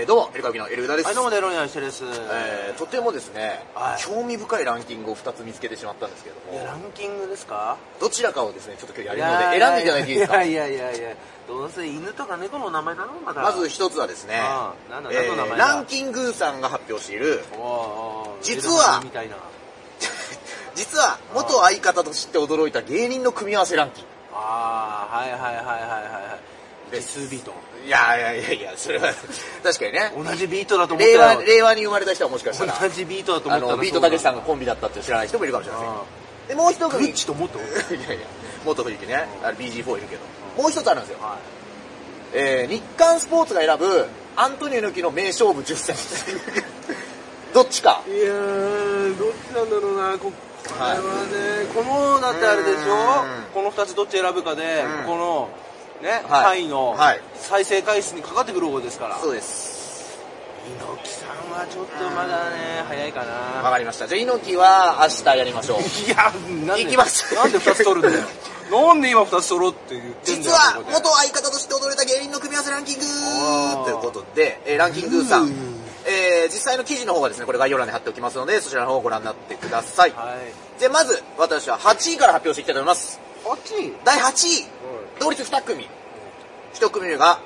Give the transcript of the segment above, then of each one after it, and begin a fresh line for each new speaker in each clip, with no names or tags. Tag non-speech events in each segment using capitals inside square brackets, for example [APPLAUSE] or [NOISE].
えーどうも、エルカビのエルウダです。
はい、どうも、デロニアンしてです。
えーとてもですね、
はい
興味深いランキングを2つ見つけてしまったんですけど
いや、ラ
も、
ンキングですか
どちらかをですね、ちょっと今日やるの
い
で、
や
選んでいただいていいですか
やいやいやいや、どうせ犬とか猫の名前なのまだ。
まず、1つはですね
うん、なんだ
えー
何の名前だ
ランキングさんが発表している、
おーおー
実は
エルフみたいな。
実は元相方と知って驚いた芸人の組み合わせランキン
あー、はいはいはいはいはいはい。
で
実ビート。
グ。いやいやいやいや、それは確かにね、
同じビートだと思った
令和
よ。
令和に生まれた人はもしかしたら、
同じビートだと思
あ
ったら
のビートたけしさん
そう
がコンビだったって知らない人もいるかもしれません
だ。
で、もう一
うん
組、
グッチと思った
いやいや、元冬木ね、あれ BG4 いるけど、
うん
もう一つあるんですよ。
は
えー日刊スポーツが選ぶアントニオ猪木の名勝負10選 [LAUGHS] どっちか
い。いやー、どっちなんだろうな、こ、これはね、この、だってあれでし
うん
ょこの二つどっち選ぶかで
うん、
この、ね、
はい
タイの
はい
再生回数にかかってくる方ですから。
そうです
猪木さんはちょっとまだね、早いか
わ
な。
かりましたじゃあ猪木は明日やりましょう
いや、なんで、
行きます
なんで二つ取るんだよ。なんで今二つ取ろうって言ってんだ
[LAUGHS] 実
よ。
は
ここで
元相方として踊れた芸人の組み合わせランキング
あー
ということで、えーランキングさ
うんん、
えー実際の記事の方はですねこれ概要欄に貼っておきますのでそちらの方をご覧になってください
はい。
でまず私は8位から発表していきたいと思います
こっち
第8位同率2組1組目が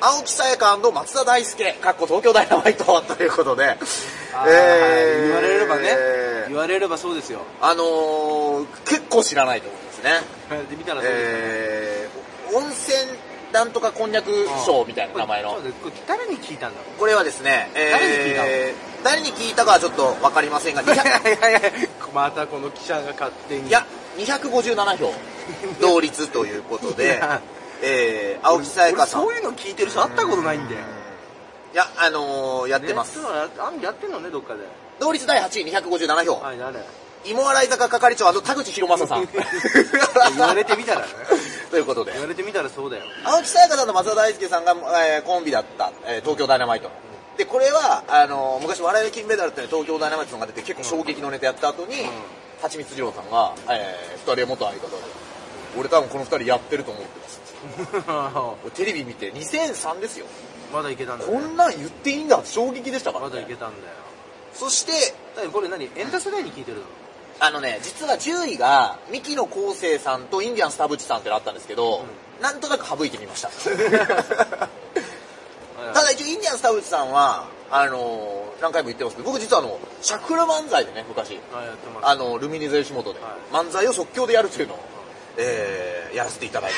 青木さやか松田大輔かっこ東京ダイナマイトということで、
あー
えー
言われればね、言われればそうですよ。 [LAUGHS]
あのー、結構知らないと思うんですね
言われてみたらそうですよ。
えー、温泉なんとかこんにゃく賞みたいな名前
こ
の
れこれ誰に聞いたんだろう
これはですね、
誰
えー、誰に聞いたかはちょっとわかりません
[LAUGHS]
が
い
200
やいやいやまたこの記者が勝手に
いや257票同率ということ
い
で
や、
えー、青木さやかさん
俺そういうの聞いてる人会ったことないんで
いやあのー、やってます、
ねそうやあんやってんのねどっかで
同率第8位257票、
はい誰
芋洗坂係長田口博正さん
言われてみたらね
[LAUGHS] ということで
言われてみたらそうだよ
青木さやかさんと松田大輔さんが、えーコンビだった、えー東京ダイナマイト、でこれはあのー昔「笑いの金メダル」っていう東京ダイナマイトさんが出て結構衝撃のネタやった後に、
ん
はちみつ二郎さんが、え2人元相方で俺多分この2人やってると思ってます俺テレビ見て2003ですよ
まだいけたんだ
こ
ね
んなん言っていいんだって衝撃でしたから、
まだいけ
ね、
たんだよ
そして
だってこれ何エンタ世代に聞いてるの
あのね、実は10位が、三木野昴生さんとインディアンス田淵さんってのあったんですけど、なんとなく省いてみま
[LAUGHS]
した。ただ一応インディアンス田淵さんは、あのー何回も言ってますけど、僕実はあの、シャクラ漫才でね、昔、
あやってます
あの、ルミネゼ吉本で、
はい
漫才を即興でやるというのを、えーやらせていただいた。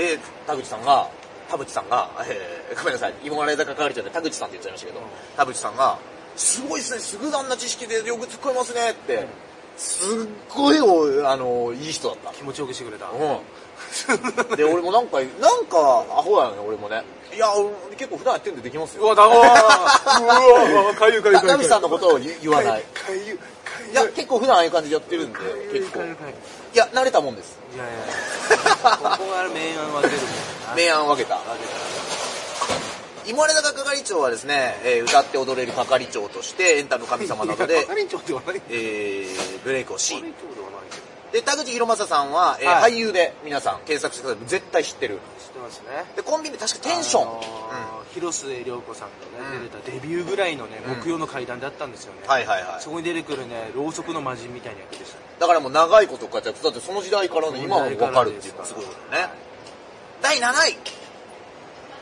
で、田口さんが、田淵さんが、えー、ごめんなさい、芋洗坂係長で田口さんって言っちゃいましたけど、
うん
田淵さんが、すごいっすね、すぐあんな知識でよく突っ込みますねって、すっごいお、あの、いい人だった。
気持ちよくしてくれた
うん。 [LAUGHS] で、俺もなんか、なんか、アホだよね、俺もね。いや、俺結構普段やってんでできます
う
よ。
わだおーうわかゆいかゆいかゆい
田口さんのことを言言わない。
かゆいかゆい
いや、結構普段ああいう感じでやってるんで
かゆ、い
結構。
かゆい
い
かゆい
や、慣れたもんです。
いやい [LAUGHS] やいやここが明暗分けるもんな
明暗を分けた。
分けたら
今れ坂係長はですね、えー歌って踊れる係長として、エンタの神様など
いや
で、
係長ではない
えー、ブレイクをし
係、長ではないけど
で、田口博正さんは、えー
はい
俳優で皆さん検索してください。絶対知ってる。
知ってますね
で、コンビ名確かテンション。
あのー広末涼子さんがね、
うん
出てたデビューぐらいのね、
うん
木曜の階段だったんですよね
うん。はいはいはい
そ。こに出てくるねろうそくの魔人みたいな役でしたね
だからもう長いこと活躍。だってその時代からね、今はもうわかるっていうのはすごいよね。第7位。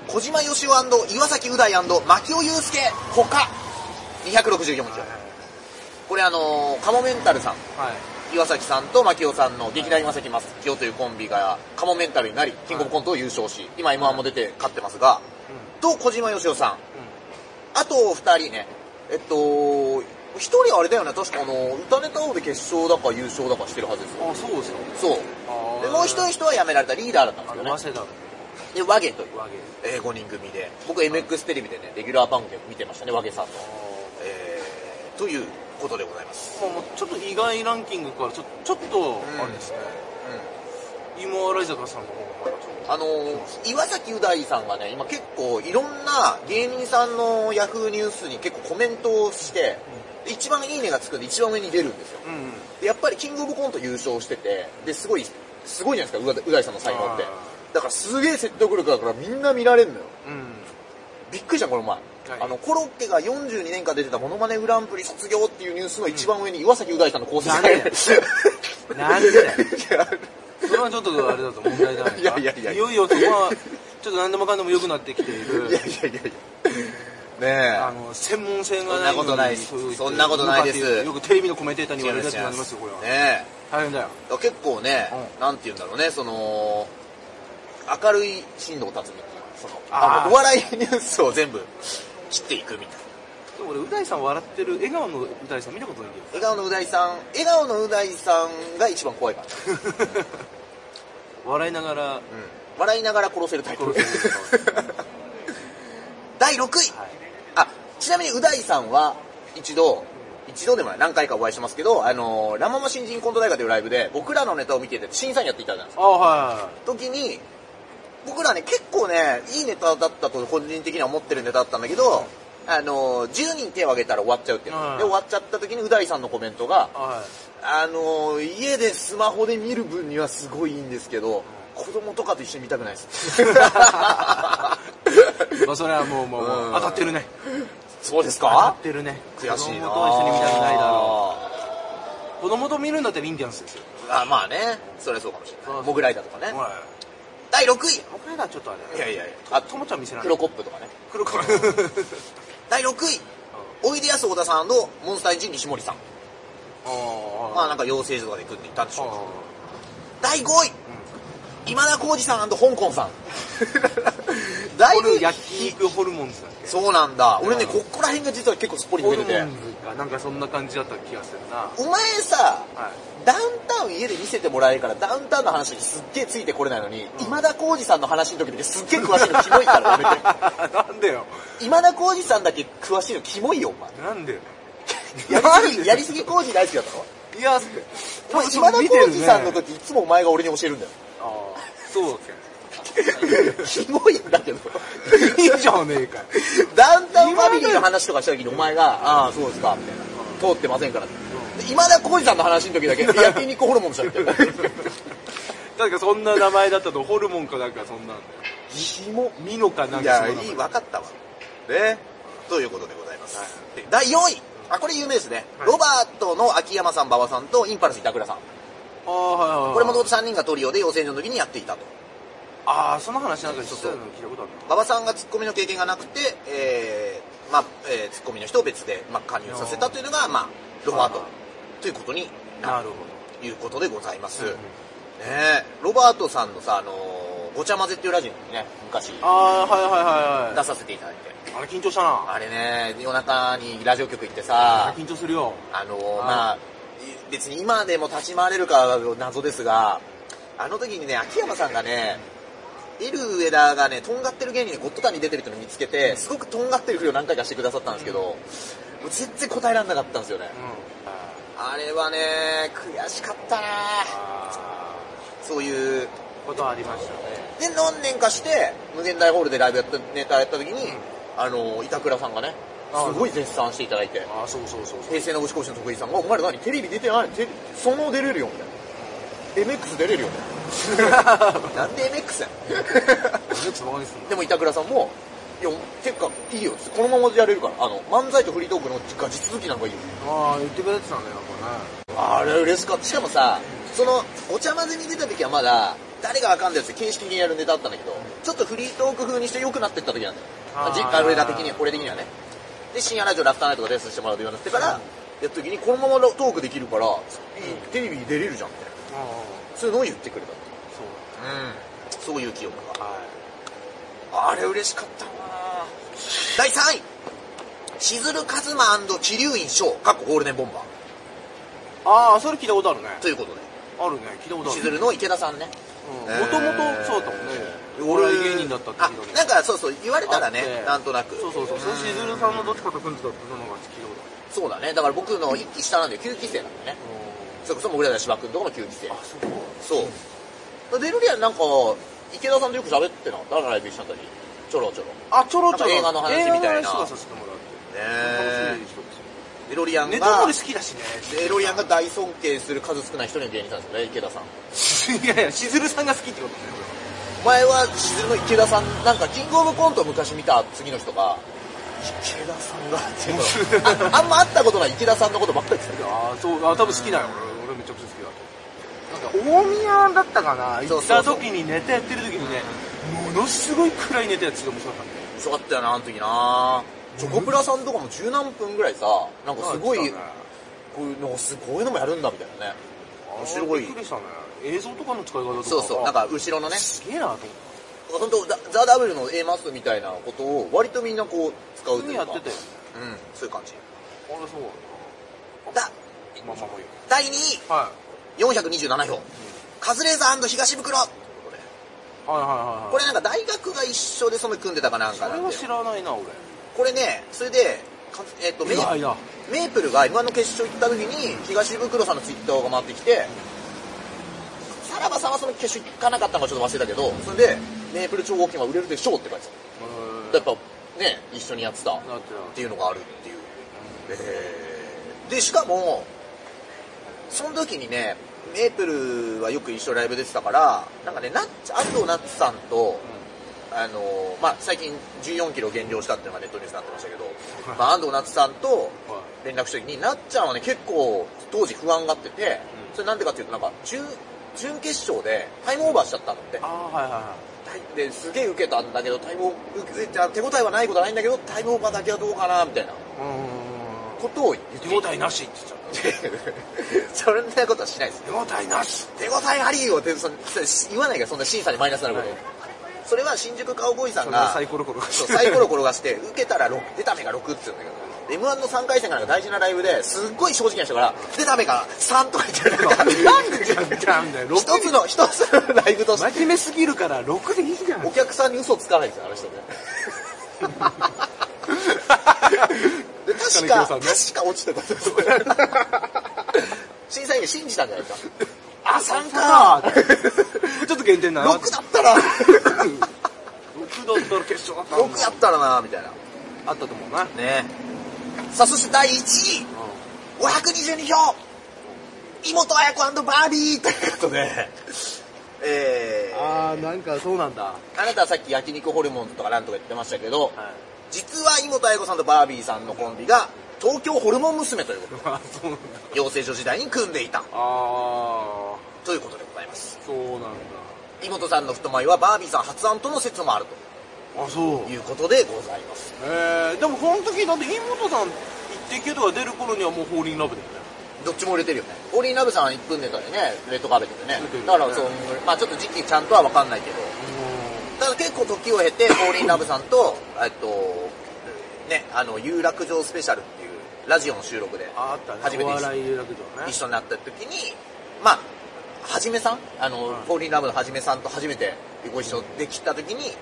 小島よしお岩崎う大牧尾祐介、他。264
はい
票。これあのーカモメンタルさん。
はい
岩崎さんと牧雄さんの劇団岩崎松清というコンビがカモメンタルになり、キングオブコントを優勝し、今 M1 も出て勝ってますが、と小島よしおさん、あと二人ね、えっと、一人あれだよね、確かあの、歌ネタ王で決勝だか優勝だかしてるはずです
うん、
よ。
あそうですよ
そう。で、もう一人人は辞められたリーダーだったん
あの
です
早稲田の
よね。で、和芸という、
和芸
えー、5人組で、僕 MX テレビでね、レギュラー番組見てましたね、和芸さんの。えー、ということでございます。
まあまあちょっと意外ランキングからちょちょっとあれですね、芋洗坂さんの方がまだちょっと
あのー岩崎う大さんがね、今結構いろんな芸人さんのヤフーニュースに結構コメントをして、で一番いいねがつくんで一番上に出るんですよ。
うんうん
でやっぱりキングオブコント優勝してて、で、すごい、すごいじゃないですか、う大う大さんの才能って
あ。
だからすげえ説得力だからみんな見られんのよ。
うん
びっくりしたこの前、あのコロッケが42年間出てた「ものまねグランプリ」卒業っていうニュースの一番上に岩崎う大さんの功績が
なんでだよなんでだよ
いや
それはちょっとあれだと問題だ
いやいやいや
いよいよそこはちょっと何でもかんでも良くなってきている
[LAUGHS] いやいやいやいや
あ
ね
の専門性
そん
がな
ないことないです
のに
そんなことないです
向かってよくテレビのコメンテーター
え
に言われるやつになりますよこれは、
ね
大変だよ
えだから結構ね、
う
なんて言うんだろうねその明るい進藤辰巳っていうその
あー
あのお笑いニュースを全部切っていくみたいな
でも俺う大さん笑ってる笑顔のう大さん見たことないん
[LAUGHS]
だよ
笑顔のう大さん笑顔のう大さんが一番怖いから、
笑いながら
笑いながら殺せるタイプ
殺せる
第6位
はい
あちなみにう大さんは一度一度でもない何回かお会いしてますけどあのラ・ママ新人コント大会というライブで僕らのネタを見てて審査員やっていたじゃないですか
ああは
時に僕らね結構ねいいネタだったと個人的には思ってるネタだったんだけど、あの10人手を挙げたら終わっちゃうっていう、
うん
で終わっちゃった時にう大さんのコメントが
いはいは
あのー家でスマホで見る分にはすごいいいんですけど、子供とかと一緒に見たくない
[LAUGHS]
です。
いまあそれはもうもうもう、
うん
当たってるね
そうです
当た
か
ってるね
悔しいな
子供と一緒に見たくないだろ
う。
う子供と見るんだったらインディアンスですよ
あまあね、それはそうかもしれ
そ
な
う
い。モグライダーとかね。
は
第6
い僕らがちょっとあれだ
位い
ね
やいやいや、
と
あ
ともちゃん見せられな
黒
い
コップとかね。
黒子
第6位、おいでやす小田さんモンスター1西森さん。
ああ
まあなんか養成所とかで組んでいたんでしょう。
あ
第5位、今田耕司さん香港
[LAUGHS]
さん。だいぶ
俺焼肉ホルモンズだっけ
そうなんだ。俺ね、
うん
ここら辺が実は結構すっぽり抜
ホ
け
ル
て
モ
て。
ンズがなんかそんな感じだった気がするな
お前さ、
はい
ダウンタウン家で見せてもらえるからダウンタウンの話にすっげえついてこれないのに、今田耕司さんの話の時だけすっげえ詳しいのキモいからや
[LAUGHS]
め
なんでよ
て今田耕司さんだけ詳しいのキモいよお前
なんでよ
やりす
なん
ぎ
で
やりすぎ耕司大好きだったろ
いや
お前今田耕司さんの時いつもお前が俺に教えるんだよ
ああそうだっ
キモいんだけど
けいいじゃねえかよ
ダウンタウンファミリーの話とかした時にお前が「ああそうですか」みたいな「通ってませんから」ってで今田耕司さんの話の時だけ焼肉ホルモンしちゃって
なんかそんな名前だったとホルモンかなんかそんなんだよ
キモ
ミノかなん
い
かそ
や、
の名
いい、
前
分かったわ。ね。ということでございます。で第4位。あ、これ有名ですね。
はい
ロバートの秋山さん、馬場さんとインパルス板倉さん。
ああはいはいはい
これもともと3人がトリオで養成所の時にやっていたと。
ああその話なんかちょっと聞いたことある
馬場さんがツッコミの経験がなくて、えー、まあ、えーツッコミの人を別で、まあ、加入させたというのが、まあ、ロバート
はい
ということに
な
な
な
る
るほ
ということでございます。
ど、
ねえロバートさんのさ、あのーごちゃ混ぜっていうラジオにね、昔
ああはいはいはい
出させていただいて。
あれ緊張したな
あれね、夜中にラジオ局行ってさ、
緊張するよ
あの
あー
まあ、い別に今でも立ち回れるかは謎ですが、あの時にね、秋山さんがね、エル上田がね、とんがってる芸人でゴッドタンに出てるっていうのを見つけて、すごくとんがってるふりを何回かしてくださったんですけど、もう全然答えられなかったんですよね
う。んあ
あれはね、悔しかったな
あ
そういう。
ことありましたね
で、何年かして、無限大ホールでライブやった、ネタやった時に、あの、板倉さんがね、
あ
す
ー
ごい絶賛していただいて、
ああそうそうそうそう
平成の星講師の徳井さんが、お前ら何テレビ出てないテレビその出れるよ、みたいな。MX 出れるよ、みたい [LAUGHS] な。なんで MX やん
よくそばにすん
[LAUGHS]
な
でも板倉さんも、いや、てか、いいよ、このままでやれるから、あの、漫才とフリートークのガチ続きなんかいいよ。
ああ言ってくれてたんだよこれ
あれ嬉しかった。しかもさ、その、お茶混ぜに出た時はまだ、誰があかんだよって形式的にやるネタあったんだけど、ちょっとフリートーク風にして良くなってった時なんだよ。
あー
実家俺ら的には、これ的にはね。で、深夜ラジオラフターナイトとかレッスンしてもらうようになってから、やった時にこのままトークできるから、いいテレビに出れるじゃんって。
ああ
そういうのを言ってくれた。
そ
うん。
う
そういう記憶が。
だはい
あれ嬉しかったな第3位しずるかずま桐生院翔、かっこゴールデンボンバー。
ああそれ聞いたことあるね
ということで、
あるね聞いたことあ
しず
る
るの池田さんね。
もともとそうだったもんね俺は芸人だったって
あ
聞いたこと
なんかそうそう言われたら
あっ
ね
て
なんとなく
そうそうそうそのしずるさんのどっちかと組んでたってのが聞いたこ
そうだねだから僕の一期下なんで9期生なんでねそ
とあ
れこそ僕らの芝君とこの9期生
るあそこ
そうデルリアンなんか池田さんとよく喋ってなかったライブした時ちょろちょろね
あちょろちょろ
なんか映画の話みたいな
映画の話とかさせてもらって楽しい人ですよ
デロリアン
ネタ
が
盛り好きだしね
デロリアンが大尊敬する数少ない一人の芸人さんですよね池田さん
[LAUGHS] いやいやしずるさんが好きってことね
前はしずるの池田さん、なんかキングオブコント昔見た次の人が、池田さんがっていうのああんま会ったことない池田さんのことばっかり言ってたけど。
ああそうあ多分好きだよ、俺俺めちゃくちゃ好きだなんか大宮だったか
そ
な行
う
っ
そう
た
そう
時にネタやってる時にねものすごい暗いネタやってて面白かったね
すごかったよな、あの時な。チョコプラさんとかも十何分ぐらいさ、なんかすごい、
ああ
こういうのがすごいのもやるんだみたいなね。面
来たね
白い
びっくりしたね映像とかの使い方とか
そうそう、なんか後ろのね、
すげえなと思
本
っ
当ザ・ザダブルの A マスみたいなことを割とみんなこう使
た
う
普
とい
通に
う
や
か。
ってたよ
うん、そういう感じ。
あれそう
だ、
まあまあまあいいよ
第2位、
は
427票。カズレーザー東袋ってことで
いはいはいはいはい
これなんか大学が一緒で染め組んでたかなん
そ
かな
れ
ん
は
で。
知らないな俺
これね、それで、かえっと、メ
意外だ
メープルが M1 の決勝行った時に、東袋さんのツイッターが回ってきて、さらばさんはその決勝行かなかったのかちょっと忘れたけど、それで、メープル超合金は売れるでしょうって書いてた。やっぱ、ね、一緒にやってたっ
だって
ていうのがあるっていう。えーで、しかも、その時にね、メープルはよく一緒にライブ出てたから、なんかね、ナッツ、安藤ナッツさんと、あのーまあ、最近14キロ減量したっていうのがネットニュースになってましたけど、まあ、安藤夏さんと
は
連絡した時に、なっちゃんはね、結構当時不安がってて、
うん
それなんでかっていうと、なんか、準、準決勝でタイムオーバーしちゃったのって
あ。あはいはいは
で、すげえ受けたんだけど、タイムオー受けた手応えはないことはないんだけど、タイムオーバーだけはどうかな、みたいない
うんうんうん
ことを言っ、
手応えなしって言っちゃって
[LAUGHS] そんなことはしないです。
た手応えなし
手応えありよって、その言わないから、そんな審査にマイナスになること。
はい
それは新宿カウボーイさん
それ
が、
はサイコロコロ
そうサイコロ転がして、受けたら6、出た目が6って言うんだけど、M1 の3回戦から大事なライブですっごい正直な人から、出た目が3とか言ってるから、
なんでじゃんじゃんだよ
一つの、一つのライブとして、
真面目すぎるから6でいいじゃん
お客さんに嘘つかないんですよ、あの人ね。で確か、
金
確
城
か落ちてたんですよ審査員が信じたんじゃないですか。あ、3か
ちょっと減点な
!6 だったら、
6だったら決勝だったんだ
6やったらな、みたいな。
あったと思うな
ねさあ、そして第1位522票妹綾子バービーということで、 [LAUGHS] えー、
ああなんかそうなんだは
あなたはさっき焼肉ホルモンとかなんとか言ってましたけど、実は妹綾子さんとバービーさんのコンビが東京ホルモン娘ということ
[LAUGHS] あそうなんだ
養成所時代に組んでいた
あ
ということでございます
あそうなんだ
妹さんの太眉はバービーさん発案との説もある
あそう
ということでございます
えー、でもこの時だって妹さん「イッテ Q!」とか出る頃にはもう「ホーリンラブ」だよね
どっちも売れてるよねオーリーナブさん1分ネタでねレッドカーペットでね
出てる
だからそうまあちょっと時期ちゃんとは分かんないけどただ結構時を経て、フォーリンラブさんと、えっと、ね、あの、有楽町スペシャルっていうラジオの収録で
ああったね
初めて
お
一緒
笑いだけどね
一緒になった時に、まあ、はじめさんあの、
はい
フォーリンラブのはじめさんと初めてご一緒できた時に、で、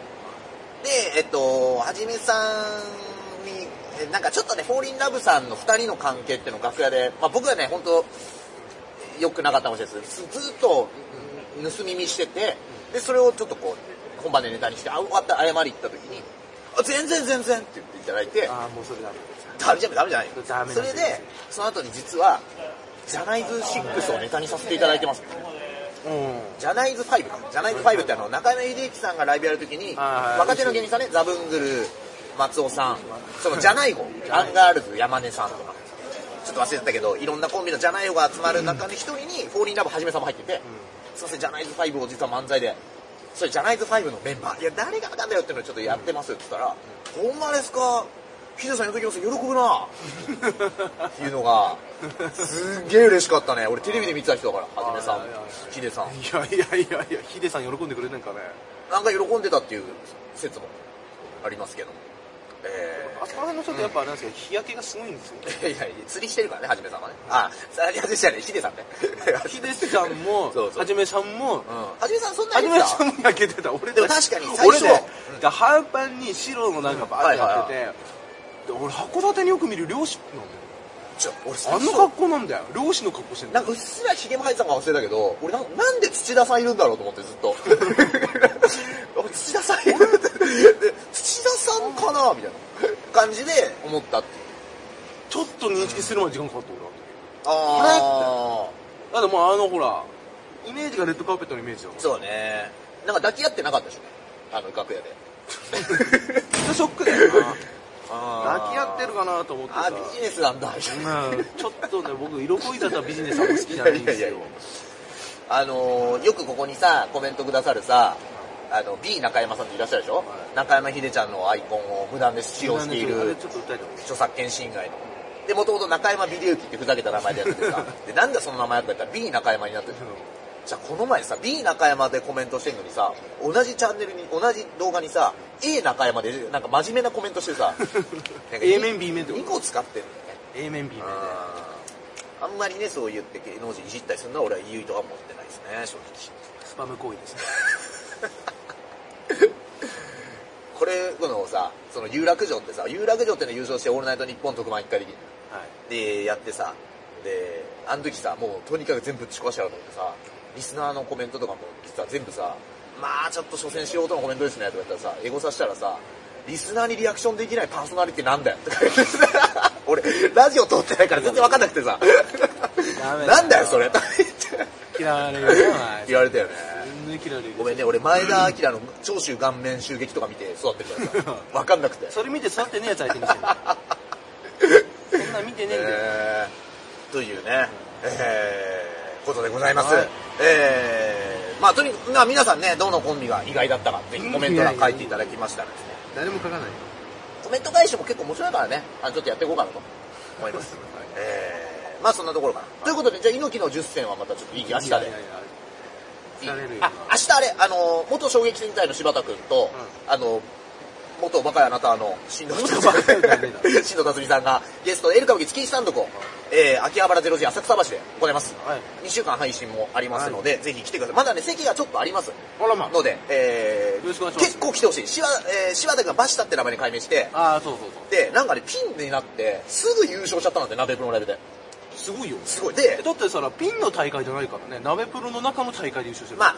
えっと、はじめさんに、えなんかちょっとね、フォーリンラブさんの二人の関係っていうのを楽屋で、まあ僕はね、本当良くなかったかもしれないです。ずずっとうん盗み見してて、で、それをちょっとこう、本番でネタにして、あ、終わった、謝り行った時に、あ、全然全然って言っていただいて、
ああもうそれダメです
ダメじゃない、ダメじゃないよ
ダメ
そ
なんですよ
れで、その後に実は、ジャナイズ6をネタにさせていただいてます。
うん
ジャナイズ5か。ジャナイズ5ってあの、中山秀樹さんがライブやるときに、
はい
若手の芸人さんね、ザブングル、松尾さん、そのジャナイゴ、アンガールズ、山根さんとか、ちょっと忘れてたけど、いろんなコンビのジャナイゴが集まる中の一人に、フォーリンラブはじめさんも入ってて、すいません、ジャナイズ5を実は漫才で、それジャナイズ5のメンバー、いや、誰がなんだよっていうのをちょっとやってますって言ったら、ほんまですかヒデさんやってきます喜ぶなっていうのが、すっげえ嬉しかったね。俺テレビで見てた人だから、はじめさ
はいはいはい
ん、ヒデさん。
[LAUGHS] いやいやいやいや、ヒデさん喜んでくれてんかね。
なんか喜んでたっていう説もありますけども。え
あそこら辺の人ってやっぱあれなんですけど、日焼けがすごいんですよ。
ー、 [LAUGHS] いやいや、釣りしてるからね、はじめさんはね。あ、釣りしてるね、ヒ [LAUGHS] デさんね。
ヒデさんも
そう、そう
はじめさんも
うん、、はじめさんそんな
は
に
じ
で
め
す
さ
か
んも焼けてた。俺
でも確かに最初
俺ね、で半パンに白のなんかバーってやって
は
て、で俺函館によく見る漁師なんだよ。
ちょ俺最
あ
初
の格好なんだよ。漁師の格好してんだ
なん
よ。
かうっすらヒゲも生えてたのか忘れたけど、俺ななんで土田さんいるんだろうと思ってずっと。 [LAUGHS] 俺土田さんいるで土田さんかなみたいな感じで思ったっていう。
ちょっと認識するまで時間かかった俺は。
ああ。
だってもうあのほら、イメージがレッドカーペットのイメージだもん。
そうね。なんか抱き合ってなかったでしょあの楽屋で。
ちょっとショックだよな
抱
[LAUGHS] 抱き合ってるかなと思って
あ
さ
ー、ビジネスなんだ。 [LAUGHS]
うんちょっとね僕色恋沙汰ビジネスあんま好きじゃないんですよ
いやいやいやあのーよくここにさ、コメントくださるさ、あの、B 中山さんっていらっしゃるでしょ、
い
中山秀ちゃんのアイコンを無断で使用してい
あれ
る
ちょっと訴えてほしい
著作権侵害の。で、もともと中山美龍樹ってふざけた名前でやってて [LAUGHS] さ、で、なんでその名前やったかって言ったら B 中山になってる
うん
じゃあこの前さ、B 中山でコメントしてんのにさ、同じチャンネルに、同じ動画にさ、A 中山でなんか真面目なコメントして [LAUGHS] さ、なんか
A 面 B 面ってこと
2個使ってんのね。
A 面 B 面で
あんまりね、そう言って芸能人いじったりするのは俺は優位とか持ってないですね、正直。
スパム行為ですね
これ、このさ、その有楽城ってさ、有楽城っての優勝してオールナイト日本特番一回できる
はい
で、やってさ、で、あの時さ、もうとにかく全部打ち壊しちゃうと思ってさ、リスナーのコメントとかも実は全部さ、まあちょっと所詮素人のコメントですねとか言ったらさ、エゴさしたらさ、リスナーにリアクションできないパーソナリティなんだよ [LAUGHS] とか言ってさ、俺、ラジオ通ってないから全然わかんなくてさ、
ダメだよ
なんだよそ
[LAUGHS]
れとか言って
嫌われるよ
言われたよね。
全然嫌われる
ごめんね、俺前田明の長州顔面襲撃とか見て育ってるから
[LAUGHS]
さ、わかんなくて。
それ見て座ってねえやつ相手にしてるそんなん見てねえんだよ
えーというね、えーことでございます。
はい
えーまあとにかく、まあ皆さんね、どのコンビが意外だったか、ぜひコメント欄書いていただきましたらですね、
誰も書かない
コメント返しも結構面白いからね、あのちょっとやっていこうかなと思います。えーまあそんなところかな。ということで、じゃあ猪木の10選はまたちょっといい明日で。
いやいやいや疲れるよな
あ、明日あれ、あの、元衝撃戦隊の柴田くんと、あの、元バカやあなたの、新藤
元バカやダメだ
新藤辰巳さんが、ゲスト、エルカブキ月一サンドコ、えー、秋葉原ゼロ時浅草橋で行います。
はい
2週間配信もありますので、ぜひ来てください。まだね、席がちょっとあります。
あらまあ
ので、えー
よろしくお願いします
結構来てほしい。柴,、えー、柴田がバシタって名前に改名して、
ああそうそうそ
で、なんかね、ピンになって、すぐ優勝しちゃったんだって、鍋プロのライブで。
うすごいよ
すごい。で
え、だってさらピンの大会じゃないからね鍋プロの中の大会で優勝してる
まあ、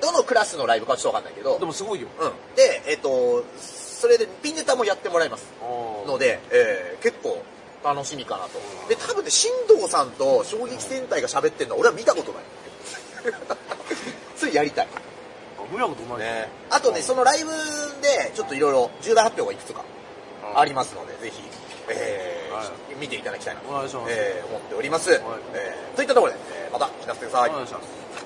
どのクラスのライブかちょっとわかんないけど、
でもすごいよ
うん。で、えっ、と、それでピンネタもやってもらいます。の
の
で、えー結構楽しみかなと。で、多分ね、新藤さんと衝撃戦隊が喋ってるのは俺は見たことない。 [LAUGHS] それやりたい。
無理なことない
ね。あとね、そのライブでちょっといろいろ重大発表がいくつかありますので、ぜひ、えー
は
見ていただきたいなと、
お願いします
えー思っております。
い
えーといったところで、えーまた来なさくださ
お
い。
願いします